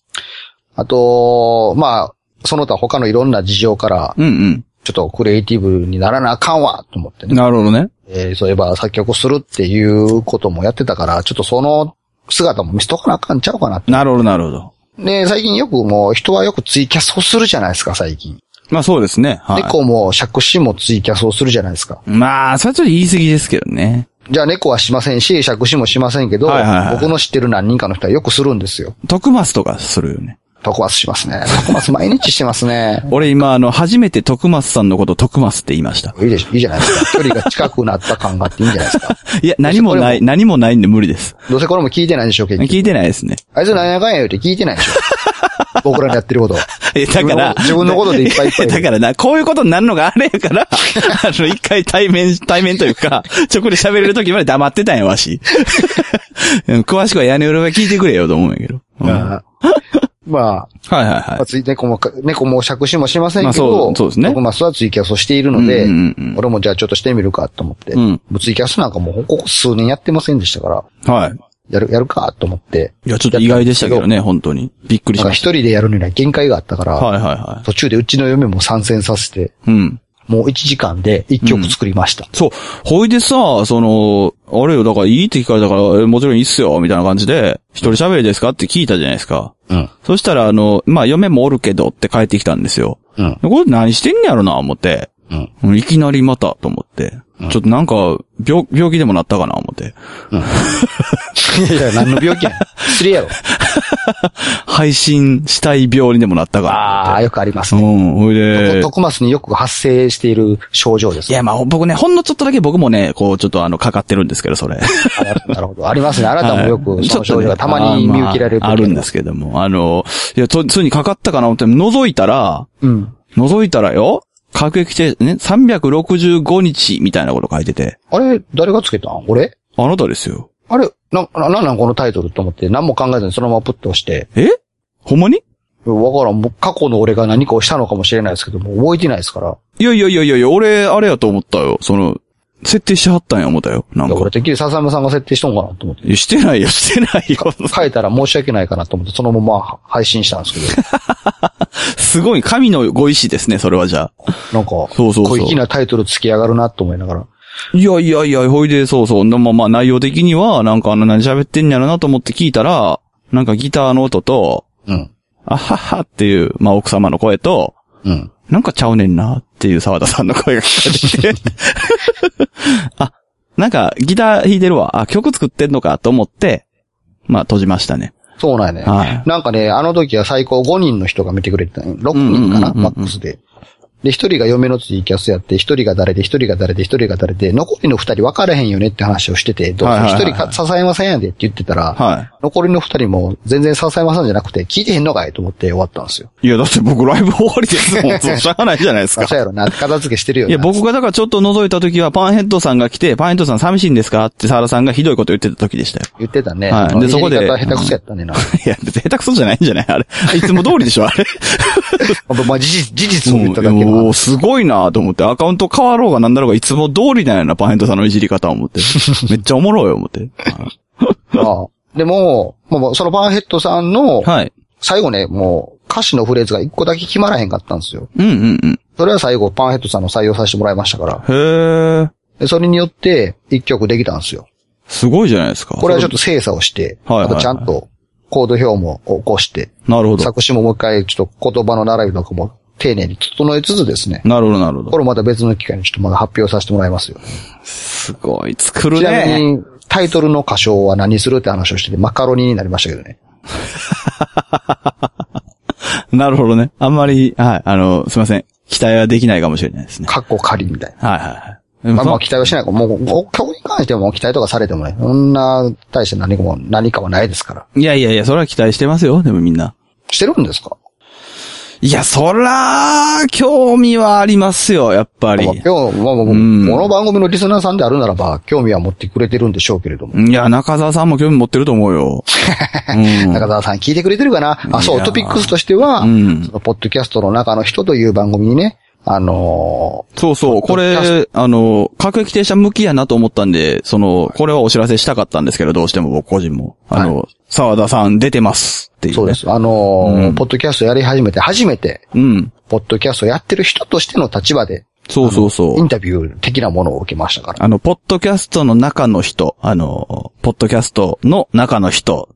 [SPEAKER 3] あと、まあ、その他他のいろんな事情から、
[SPEAKER 2] うん
[SPEAKER 3] ちょっとクリエイティブにならなあかんわ、と思って
[SPEAKER 2] うん。
[SPEAKER 3] ね。
[SPEAKER 2] なるほどね。
[SPEAKER 3] えーそういえば作曲するっていうこともやってたから、ちょっとその姿も見せとかなあかんちゃうかなって。
[SPEAKER 2] なるほど、なるほど。
[SPEAKER 3] ね最近よくもう人はよくツイキャスをするじゃないですか、最近。
[SPEAKER 2] まあそうですね。はい。
[SPEAKER 3] 猫も借子もツイキャスをするじゃないですか。
[SPEAKER 2] まあ、それはちょっと言い過ぎですけどね。
[SPEAKER 3] じゃあ猫はしませんし、借子もしませんけど、
[SPEAKER 2] はいはいはい
[SPEAKER 3] 僕の知ってる何人かの人はよくするんですよ。
[SPEAKER 2] 徳マスとかするよね。
[SPEAKER 3] 徳松しますね。徳松毎日してますね。
[SPEAKER 2] 俺今、あの、初めて徳松さんのこと徳松って言いました。
[SPEAKER 3] いいでしょ、いいじゃないですか。距離が近くなった感があっていいんじゃないです
[SPEAKER 2] (laughs)
[SPEAKER 3] か。
[SPEAKER 2] いや、何もない、何もないんで無理です。
[SPEAKER 3] どうせこれも聞いてないでしょ、結局。
[SPEAKER 2] 聞いてないですね。
[SPEAKER 3] あいつなんやかんや言うて聞いてない
[SPEAKER 2] (laughs)
[SPEAKER 3] でしょ。僕らのやってること。
[SPEAKER 2] え、 (laughs) だから、
[SPEAKER 3] 自分のこと自分のことでいっぱいいっぱ
[SPEAKER 2] (laughs)
[SPEAKER 3] い
[SPEAKER 2] だからな、こういうことになるのがあ
[SPEAKER 3] (laughs)
[SPEAKER 2] れやから、あの、一回対面、対面というか、直で喋れる時まで黙ってたんや、わし。 (laughs) うん詳しくは屋根裏は聞いてくれよと思うんやけど。うんはい
[SPEAKER 3] まあ、
[SPEAKER 2] はい
[SPEAKER 3] まあ
[SPEAKER 2] は
[SPEAKER 3] つい猫もか、猫も借子もしません
[SPEAKER 2] まあ
[SPEAKER 3] け
[SPEAKER 2] そ
[SPEAKER 3] ど、
[SPEAKER 2] うそうですね
[SPEAKER 3] 僕まあ、そうはツイキャスをしているので、
[SPEAKER 2] うんうんうん
[SPEAKER 3] 俺もじゃあちょっとしてみるかと思って、
[SPEAKER 2] うん
[SPEAKER 3] もうツイキャスなんかもうここ数年やってませんでしたから、
[SPEAKER 2] い。はい。
[SPEAKER 3] やる、やるかと思って、
[SPEAKER 2] いや、ちょっと意外でしたけどね、本当に。びっくり
[SPEAKER 3] な
[SPEAKER 2] し
[SPEAKER 3] んか
[SPEAKER 2] ま
[SPEAKER 3] 一
[SPEAKER 2] した。
[SPEAKER 3] 人でやるには限界があったから、
[SPEAKER 2] はいはいは
[SPEAKER 3] 途中でうちの嫁も参戦させて、
[SPEAKER 2] い。うん。
[SPEAKER 3] もう1時間で1曲作りました。
[SPEAKER 2] そう。ほいでさ、その、あれよ、だからいいって聞かれたから、えもちろんいいっすよ、みたいな感じで、一人喋りですかって聞いたじゃないですか。
[SPEAKER 3] うん。
[SPEAKER 2] そしたら、あの、まあ、嫁もおるけどって帰ってきたんですよ。
[SPEAKER 3] うん。
[SPEAKER 2] これ何してんねやろな、思って。
[SPEAKER 3] うん。
[SPEAKER 2] いきなりまた、と思って。ちょっとなんか、病、病気でもなったかな、思 (laughs) って。
[SPEAKER 3] いや、何の病気やねん。失礼
[SPEAKER 2] (laughs)
[SPEAKER 3] やろ。
[SPEAKER 2] 配信したい病にでもなったか
[SPEAKER 3] ああ、よくあります
[SPEAKER 2] な。う
[SPEAKER 3] ね。
[SPEAKER 2] ん、ほいで。
[SPEAKER 3] トクマスによく発生している症状です。
[SPEAKER 2] いや、まあ、僕ね、ほんのちょっとだけ僕もね、こう、ちょっとあの、かかってるんですけど、それ。
[SPEAKER 3] あなるほど。ありますね。あなたもよ
[SPEAKER 2] は
[SPEAKER 3] く、
[SPEAKER 2] い
[SPEAKER 3] その症状がたま
[SPEAKER 2] ちょっと
[SPEAKER 3] に
[SPEAKER 2] ね
[SPEAKER 3] 見受けられる、
[SPEAKER 2] あまああるんで。すけども。あの、いや、と、ついにかかったかな思って、覗いたら、
[SPEAKER 3] うん。
[SPEAKER 2] 覗いたらよ、各駅停ね、365日みたいなこと書いてて、
[SPEAKER 3] あれ、誰がつけたん俺
[SPEAKER 2] あなたですよ。
[SPEAKER 3] あれ、な、な、なんなんこのタイトルと思って、何も考えずにそのままプッと押して、
[SPEAKER 2] えほんまに
[SPEAKER 3] わからん、もう過去の俺が何かをしたのかもしれないですけど、もう覚えてないですから。
[SPEAKER 2] いやいやいやいやいや、俺、あれやと思ったよ。その、設定しはったんや思ったよ。なん
[SPEAKER 3] だ
[SPEAKER 2] か
[SPEAKER 3] か。らてっきり笹山さんが設定しとんかなと思って。
[SPEAKER 2] いやしてないよ、 (laughs) してないよ。
[SPEAKER 3] 変えたら申し訳ないかなと思って、そのまま配信したんですけ
[SPEAKER 2] (laughs)
[SPEAKER 3] ど、
[SPEAKER 2] すごい、神のご意志ですね、それはじゃあ。
[SPEAKER 3] なんか、
[SPEAKER 2] そうそうそう
[SPEAKER 3] 小粋なタイトルつき上がるなと思いながら。
[SPEAKER 2] いやいやいや、ほいで、そうそう。でもまあ、内容的には、なんかあの、何喋ってんやろなと思って聞いたら、なんかギターの音と、
[SPEAKER 3] うん。
[SPEAKER 2] あははっていう、まあ、奥様の声と、
[SPEAKER 3] うん。
[SPEAKER 2] なんかちゃうねんなっていう沢田さんの声が聞こえてきて。 (laughs) あ、なんかギター弾いてるわ。あ、曲作ってんのかと思って、まあ、閉じましたね。
[SPEAKER 3] そうなんやね。
[SPEAKER 2] はい
[SPEAKER 3] なんかね、あの時は最高5人の人が見てくれてたんよ6人かな、
[SPEAKER 2] うんうんうんうん
[SPEAKER 3] マックスで。で、1人が嫁のツイキャスやって、1人が誰で、1人が誰で、1人が誰で、残りの2人分からへんよねって話をしてて、どう
[SPEAKER 2] はいはい
[SPEAKER 3] 1
[SPEAKER 2] はい
[SPEAKER 3] 人か支えませんやでって言ってたら、
[SPEAKER 2] はい。
[SPEAKER 3] 残りの2人も全然支えませんじゃなくて、聞いてへんのかいと思って終わったんですよ。
[SPEAKER 2] いや、だって僕ライブ終わりです (laughs) もん。そうしゃあないじゃないです
[SPEAKER 3] あ、
[SPEAKER 2] か。
[SPEAKER 3] そうやろな、片付けしてるよ
[SPEAKER 2] い
[SPEAKER 3] な
[SPEAKER 2] や、僕がだからちょっと覗いた時は、パンヘッドさんが来て、パンヘッドさん寂しいんですかって沢田さんがひどいこと言ってた時でしたよ。
[SPEAKER 3] 言ってたね。
[SPEAKER 2] はい
[SPEAKER 3] あの
[SPEAKER 2] でそこで
[SPEAKER 3] 言い方下手くそやったね
[SPEAKER 2] (laughs)
[SPEAKER 3] な。
[SPEAKER 2] いや、別に下手くそじゃないんじゃないあれ。いつも通りでしょあれ。
[SPEAKER 3] まあ、事実、事実を言っただ
[SPEAKER 2] も
[SPEAKER 3] け
[SPEAKER 2] う、
[SPEAKER 3] の
[SPEAKER 2] もうすごいなと思って、アカウント変わろうがなんだろうが、いつも通りなんやな、パンヘッドさんのいじり方を
[SPEAKER 3] (laughs)
[SPEAKER 2] 思って。めっちゃおもろいよ、思って。
[SPEAKER 3] ああでも、もう、そのバーヘッドさんの、
[SPEAKER 2] はい。
[SPEAKER 3] 最後ね、もう、歌詞のフレーズが一個だけ決まらへんかったんですよ。
[SPEAKER 2] うんうんうん。
[SPEAKER 3] それは最後、パンヘッドさんの採用させてもらいましたから。
[SPEAKER 2] へえ、
[SPEAKER 3] でそれによって、一曲できたんですよ。
[SPEAKER 2] すごいじゃないですか。
[SPEAKER 3] これはちょっと精査をして、
[SPEAKER 2] はいはい
[SPEAKER 3] あとちゃんと、コード表も起こして、
[SPEAKER 2] なるほど。
[SPEAKER 3] 作詞ももう一回、ちょっと言葉の並びとかも丁寧に整えつつですね。
[SPEAKER 2] なるほど、なるほ
[SPEAKER 3] こ
[SPEAKER 2] ど。
[SPEAKER 3] れまた別の機会にちょっとまだ発表させてもらいますよ。
[SPEAKER 2] すごい、作る
[SPEAKER 3] ちなみ
[SPEAKER 2] ね。
[SPEAKER 3] に、タイトルの歌唱は何するって話をしてて、マカロニになりましたけどね。
[SPEAKER 2] なるほどね。あんまり、はい、あの、すいません。期待はできないかもしれないですね。
[SPEAKER 3] カッコ仮みたいな。
[SPEAKER 2] はいはいはい。でも
[SPEAKER 3] まあ
[SPEAKER 2] そ
[SPEAKER 3] まあ期待はしないかもう、もう曲に関してはもう期待とかされてもね、そんな、大して何かも、何かはないですから。
[SPEAKER 2] いやいやいや、それは期待してますよ、でもみんな。
[SPEAKER 3] してるんですか
[SPEAKER 2] いや、そら、興味はありますよ、やっぱり。
[SPEAKER 3] まあ今日、まあ、まあ
[SPEAKER 2] ん
[SPEAKER 3] この番組のリスナーさんであるならば、興味は持ってくれてるんでしょうけれども。
[SPEAKER 2] いや、中澤さんも興味持ってると思うよ。うん
[SPEAKER 3] 中澤さん聞いてくれてるかなあ、そう、トピックスとしては、
[SPEAKER 2] うん
[SPEAKER 3] そのポッドキャストの中の人という番組にね、あの
[SPEAKER 2] そうそう、これ、あの、各駅停車向きやなと思ったんで、その、これはお知らせしたかったんですけど、どうしても僕個人も。あの、沢田さん出てますってい
[SPEAKER 3] ー
[SPEAKER 2] う。
[SPEAKER 3] そうです。。あのーポッドキャストやり始めて、初めて、
[SPEAKER 2] うん。
[SPEAKER 3] ポッドキャストやってる人としての立場で、
[SPEAKER 2] そうそうそ
[SPEAKER 3] イ
[SPEAKER 2] う
[SPEAKER 3] ン。タビュー的なものを受けましたから。
[SPEAKER 2] あの、ポッドキャストの中の人、あの、ポッドキャストの中の人、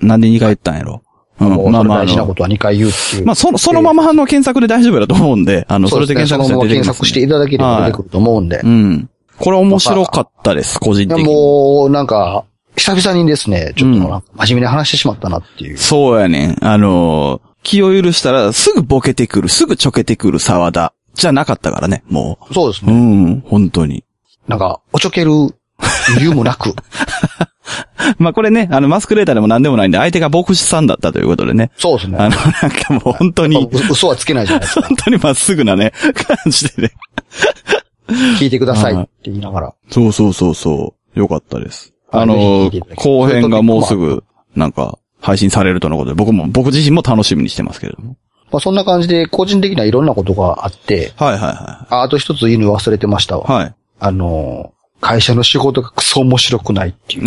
[SPEAKER 2] なんで2回言ったんやろ。う
[SPEAKER 3] も
[SPEAKER 2] ん、
[SPEAKER 3] う、
[SPEAKER 2] ま
[SPEAKER 3] そ
[SPEAKER 2] あ
[SPEAKER 3] れ
[SPEAKER 2] まあ、あ
[SPEAKER 3] 大事なこ
[SPEAKER 2] の、
[SPEAKER 3] とは2回言うっていう。
[SPEAKER 2] まあ、その、そのままあの検索で大丈夫だと思うんで、あの、そ
[SPEAKER 3] そう
[SPEAKER 2] れ
[SPEAKER 3] で
[SPEAKER 2] です
[SPEAKER 3] ね、
[SPEAKER 2] 検索し
[SPEAKER 3] そのま
[SPEAKER 2] た
[SPEAKER 3] ま
[SPEAKER 2] ら出て
[SPEAKER 3] 検
[SPEAKER 2] きます
[SPEAKER 3] 索
[SPEAKER 2] ね
[SPEAKER 3] していただければ出てくると思うんで。
[SPEAKER 2] うん。これ面白かったです、個人
[SPEAKER 3] いや
[SPEAKER 2] 的に。
[SPEAKER 3] もう、なんか、久々にですね、ちょっとなんか真面目に話してしまったなっていう。
[SPEAKER 2] そうやねん。あの気を許したら、すぐボケてくる、すぐちょけてくる沢田。じゃなかったからね、も
[SPEAKER 3] そうです
[SPEAKER 2] う。う
[SPEAKER 3] ね。
[SPEAKER 2] ん、本当に。
[SPEAKER 3] なんか、おちょける理由もな
[SPEAKER 2] (laughs)
[SPEAKER 3] く。
[SPEAKER 2] まあこれね、あの、マスクレーターでも何でもないんで、相手が牧師さんだったということでね。
[SPEAKER 3] そうですね。
[SPEAKER 2] あの、なんかもう本 (laughs) 当に、
[SPEAKER 3] う嘘はつけないじゃないです
[SPEAKER 2] (laughs)
[SPEAKER 3] か。
[SPEAKER 2] 本当にまっすぐなね、感じでね。
[SPEAKER 3] 聞いてくださいって言いながら。
[SPEAKER 2] そうそうそうそう。よかったです。
[SPEAKER 3] はい
[SPEAKER 2] あの
[SPEAKER 3] ぜひ聞いていただ、きたい
[SPEAKER 2] 後編がもうすぐ、なんか、配信されるとのことで、僕も、僕自身も楽しみにしてますけれども。
[SPEAKER 3] まあそんな感じで個人的ないろんなことがあって、
[SPEAKER 2] はいはいは
[SPEAKER 3] あ、あと一つ言うの忘れてましたわ。
[SPEAKER 2] い。はい。
[SPEAKER 3] あのー、会社の仕事がクソ面白くないっていう。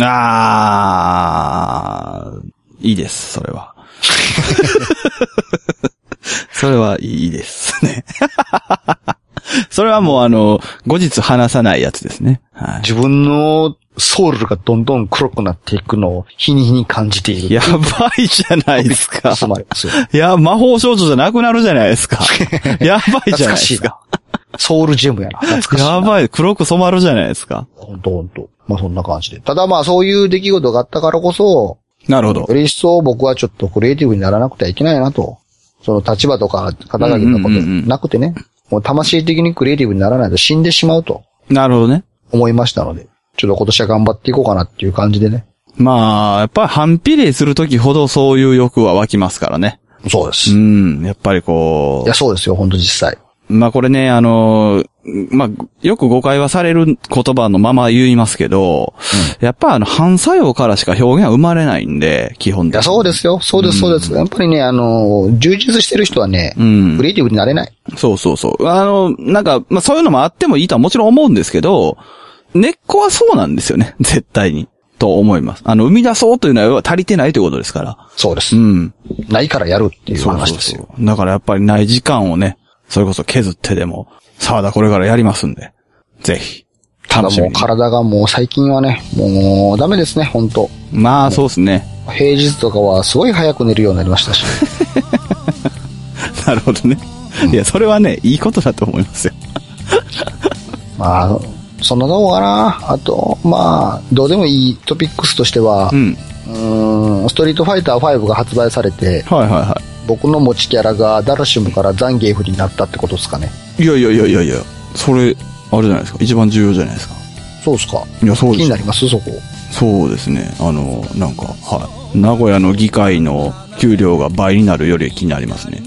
[SPEAKER 2] あー、いいです、それは。 (laughs) それはいいですね。 (laughs) それはもうあの、後日話さないやつですね。はい。
[SPEAKER 3] 自分のソウルがどんどん黒くなっていくのを日に日に感じている。
[SPEAKER 2] やばいじゃないです
[SPEAKER 3] (laughs)
[SPEAKER 2] か。
[SPEAKER 3] つまりですよ。
[SPEAKER 2] いや、魔法少女じゃなくなるじゃない
[SPEAKER 3] (laughs)
[SPEAKER 2] ですか。やば (laughs) いじ
[SPEAKER 3] 懐
[SPEAKER 2] ゃな
[SPEAKER 3] か
[SPEAKER 2] いで
[SPEAKER 3] しい
[SPEAKER 2] すか。
[SPEAKER 3] な。ソウルジェムやな。懐かしいな。
[SPEAKER 2] やばい、黒く染まるじゃないですか。
[SPEAKER 3] ほんとほんと。まあそんな感じで。ただまあそういう出来事があったからこそ、
[SPEAKER 2] なるほど
[SPEAKER 3] よ。り一層僕はちょっとクリエイティブにならなくてはいけないなと。その立場とか肩書きのことなくてね、もう魂的にクリエイティブにならないと死んでしまうと
[SPEAKER 2] なるほどね。
[SPEAKER 3] 思いましたので、ちょっと今年は頑張っていこうかなっていう感じでね。
[SPEAKER 2] まあ、やっぱり反比例するときほどそういう欲は湧きますからね。
[SPEAKER 3] そうで
[SPEAKER 2] う
[SPEAKER 3] す。い
[SPEAKER 2] ん、やっぱりこ
[SPEAKER 3] や、そうですよ、ほんと実際。
[SPEAKER 2] う。まあこれね、あの、まあ、よく誤解はされる言葉のまま言いますけど、やっぱあの、反作用からしか表現は生まれないんで、基本
[SPEAKER 3] い
[SPEAKER 2] 的に。
[SPEAKER 3] や、そうですよ、そうです、そうです。やっぱりね、あのー、充実してる人はね、
[SPEAKER 2] うん
[SPEAKER 3] クリエイティブになれない。
[SPEAKER 2] そうそうそう。あの、なんか、まあそういうのもあってもいいとはもちろん思うんですけど、根っこはそうなんですよね、 (laughs) 絶対に。と思います。あの、生み出そうというのは要は足りてないということですから。
[SPEAKER 3] そうです
[SPEAKER 2] う。ん。
[SPEAKER 3] ないからやるっていう
[SPEAKER 2] そう
[SPEAKER 3] 話
[SPEAKER 2] そう
[SPEAKER 3] ですよ。
[SPEAKER 2] そう。だからやっぱりない時間をね、それこそ削ってでも、沢田これからやりますんで、ぜひ、
[SPEAKER 3] た
[SPEAKER 2] 楽
[SPEAKER 3] だ
[SPEAKER 2] し
[SPEAKER 3] も
[SPEAKER 2] み
[SPEAKER 3] う
[SPEAKER 2] に。
[SPEAKER 3] 体がもう最近はね、もうダメですね、ほんと。
[SPEAKER 2] まあ、そうですね。
[SPEAKER 3] 平日とかはすごい早く寝るようになりまし
[SPEAKER 2] (laughs)
[SPEAKER 3] たし。
[SPEAKER 2] なるほどね。いや、それはね、いいことだと思いますよ。
[SPEAKER 3] まあ、そのどうかな。あと、まあ、どうでもいいトピックスとしては
[SPEAKER 2] う、ん。
[SPEAKER 3] うーん、ストリートファイター5が発売されて、
[SPEAKER 2] はいはいは
[SPEAKER 3] 僕の持ちキャラがダルシムからザンゲーフになったってことですかね。
[SPEAKER 2] い。いやいやいやいやいや、それ、あれじゃないですか。一番重要じゃないですか。
[SPEAKER 3] そうですか。
[SPEAKER 2] いや、そう
[SPEAKER 3] 気
[SPEAKER 2] で
[SPEAKER 3] に
[SPEAKER 2] す
[SPEAKER 3] なりますそこ。
[SPEAKER 2] そうですね。あの、なんか、はい。名古屋の議会の給料が倍になるより気になりますね。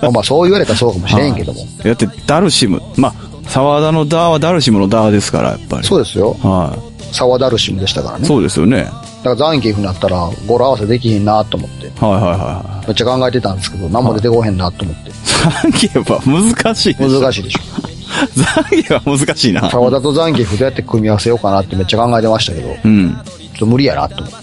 [SPEAKER 3] まあまあ、そう言われたらそうかもしれんけども。
[SPEAKER 2] だって、ダルシム。まあ、沢田のダーはダルシムのダーですから、やっぱり。
[SPEAKER 3] そうですよ。
[SPEAKER 2] は
[SPEAKER 3] 沢ダルシムでしたから
[SPEAKER 2] い。
[SPEAKER 3] ね。
[SPEAKER 2] そうですよね。
[SPEAKER 3] だからザンゲーフになったら語呂合わせできへんなと思って。
[SPEAKER 2] はいはいはいは
[SPEAKER 3] めっちゃ考えてたんですけど、何も出てこへんなと思って。
[SPEAKER 2] い。 (laughs) ザンギは難しいでしょ。
[SPEAKER 3] 難しいでしょ。
[SPEAKER 2] ザンギは難しいな。
[SPEAKER 3] 沢田とザンゲーフどうやって組み合わせようかなってめっちゃ考えてましたけど、ちょ
[SPEAKER 2] うん。
[SPEAKER 3] っと無理やなと思って。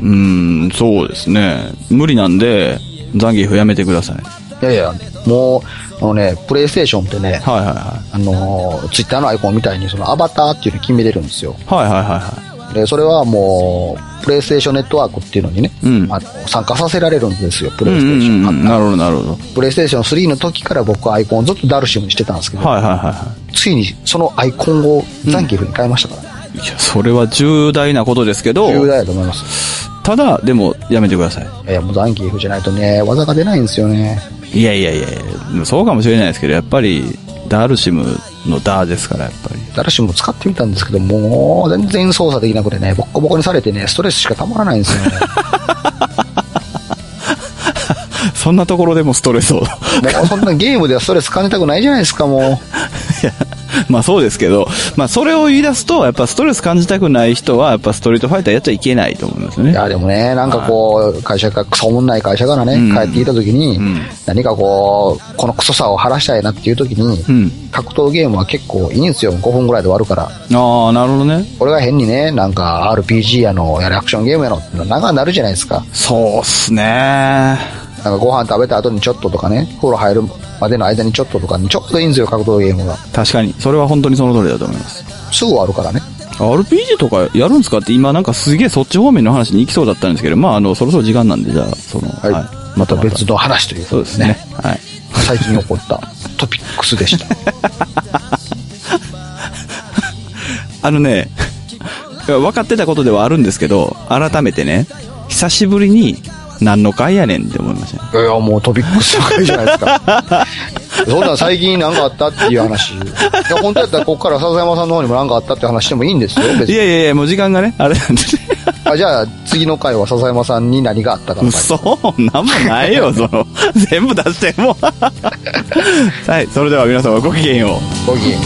[SPEAKER 2] うん、そうですね。無理なんで、ザンギフやめてください。はい
[SPEAKER 3] いやいや、もう、あのね、プレイステーションってね、
[SPEAKER 2] はいは
[SPEAKER 3] あのー、ツイッターのアイコンみたいに、そのアバターっていうの決めれるんですよ。
[SPEAKER 2] い。はいはいはいは
[SPEAKER 3] で、それはもう、プレイステーションネットワークっていうのにね、
[SPEAKER 2] うん
[SPEAKER 3] あの参加させられるんですよ、プ
[SPEAKER 2] い。う
[SPEAKER 3] レイ
[SPEAKER 2] ん
[SPEAKER 3] ステーション。
[SPEAKER 2] うんうん。なるほどなるほど。
[SPEAKER 3] プレイステーション3の時から僕はアイコンをずっとダルシムにしてたんですけど、
[SPEAKER 2] はいはいはいは
[SPEAKER 3] ついにそのアイコンをザンキフに変えましたから、ね
[SPEAKER 2] い。いや、それは重大なことですけど、
[SPEAKER 3] 重大だと思います。
[SPEAKER 2] ただ、でも、やめてください。
[SPEAKER 3] いやいや、もうザンキフじゃないとね、技が出ないんですよね。
[SPEAKER 2] いやいやいやいやそうかもしれないですけど、やっぱり、ダルシムのダーですから、やっぱり。
[SPEAKER 3] ダルシムも使ってみたんですけど、もう全然操作できなくてね、ボッコボコにされてね、ストレスしかたまらないんですよね。
[SPEAKER 2] (laughs) そんなところでもストレス (laughs) を。
[SPEAKER 3] もうそんなゲームではストレス感じたくないじゃないですか、も
[SPEAKER 2] いやまあそうですけど、まあそれを言い出すと、やっぱストレス感じたくない人は、やっぱストリートファイターやっちゃいけないと思います
[SPEAKER 3] う。い
[SPEAKER 2] ね。
[SPEAKER 3] や、でもね、なんかこう、会社が、クソもんない会社からね、
[SPEAKER 2] うん
[SPEAKER 3] 帰ってきた時に、
[SPEAKER 2] ん
[SPEAKER 3] 何かこう、このクソさを晴らしたいなっていう時に、
[SPEAKER 2] うん。
[SPEAKER 3] 格闘ゲームは結構いいんですよ、5分ぐらいで終わるから。
[SPEAKER 2] ああ、なるほどね。
[SPEAKER 3] 俺が変にね、なんか RPG やの、やれアクションゲームやのって長になるじゃないですか。
[SPEAKER 2] そうっすね。
[SPEAKER 3] なんかご飯食べた後にちょっととかね、風呂入るまでの間にちょっととかにちょっといいんですよ、格闘ゲームが。
[SPEAKER 2] 確かに。それは本当にその通りだと思います。
[SPEAKER 3] すぐ終わるからね。
[SPEAKER 2] RPG とかやるんですかって今なんかすげえそっち方面の話に行きそうだったんですけど、まああの、そろそろ時間なんで、じゃあ、その、
[SPEAKER 3] はい。また別の話という
[SPEAKER 2] そう
[SPEAKER 3] こ
[SPEAKER 2] で
[SPEAKER 3] と
[SPEAKER 2] すね。。はい。
[SPEAKER 3] 最近起こったトピックスでした。 (laughs)
[SPEAKER 2] あのね、 (laughs) いや分かってたことではあるんですけど、改めてね、久しぶりに何の会やねんって思いましたね。
[SPEAKER 3] いや、もうトピックス高いじゃないですか。そんなん最近なんかあったっていう話。いや、本当やったらこっから笹山さんの方にもなんかあったって話してもいいんですよ、別
[SPEAKER 2] い
[SPEAKER 3] に。
[SPEAKER 2] やいやいや、もう時間がね、あれ (laughs) なんでね。
[SPEAKER 3] あじゃあ、次の回は笹山さんに何があったかの回。
[SPEAKER 2] 嘘なんもないよ、その。全部出しても。 (laughs) はい、それでは皆様ごきげんよう。
[SPEAKER 3] ごきげんよう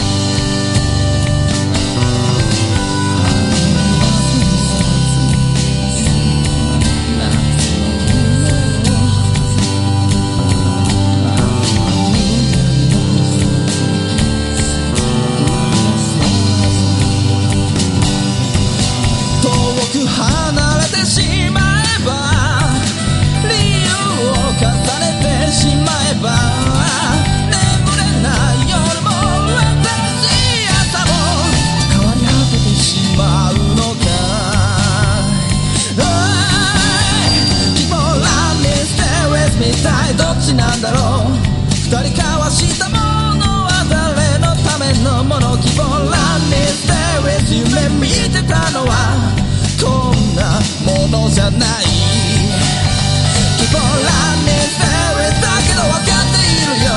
[SPEAKER 1] 遠く離れてしまえば理由を重ねてしまえば眠れない夜も私朝も変わり果ててしまうのかおい Keep on running stay with me 一体どっちなんだろう二人交わしたものは誰のためのもの希望欄にステレス夢見てたのはこんなものじゃない希望欄にステレスだけど分かっているよ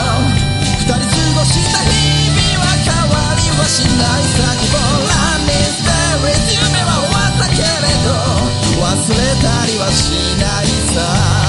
[SPEAKER 1] 二人過ごした日々は変わりはしないさ希望欄にステレス夢は終わったけれど忘れたりはしないさ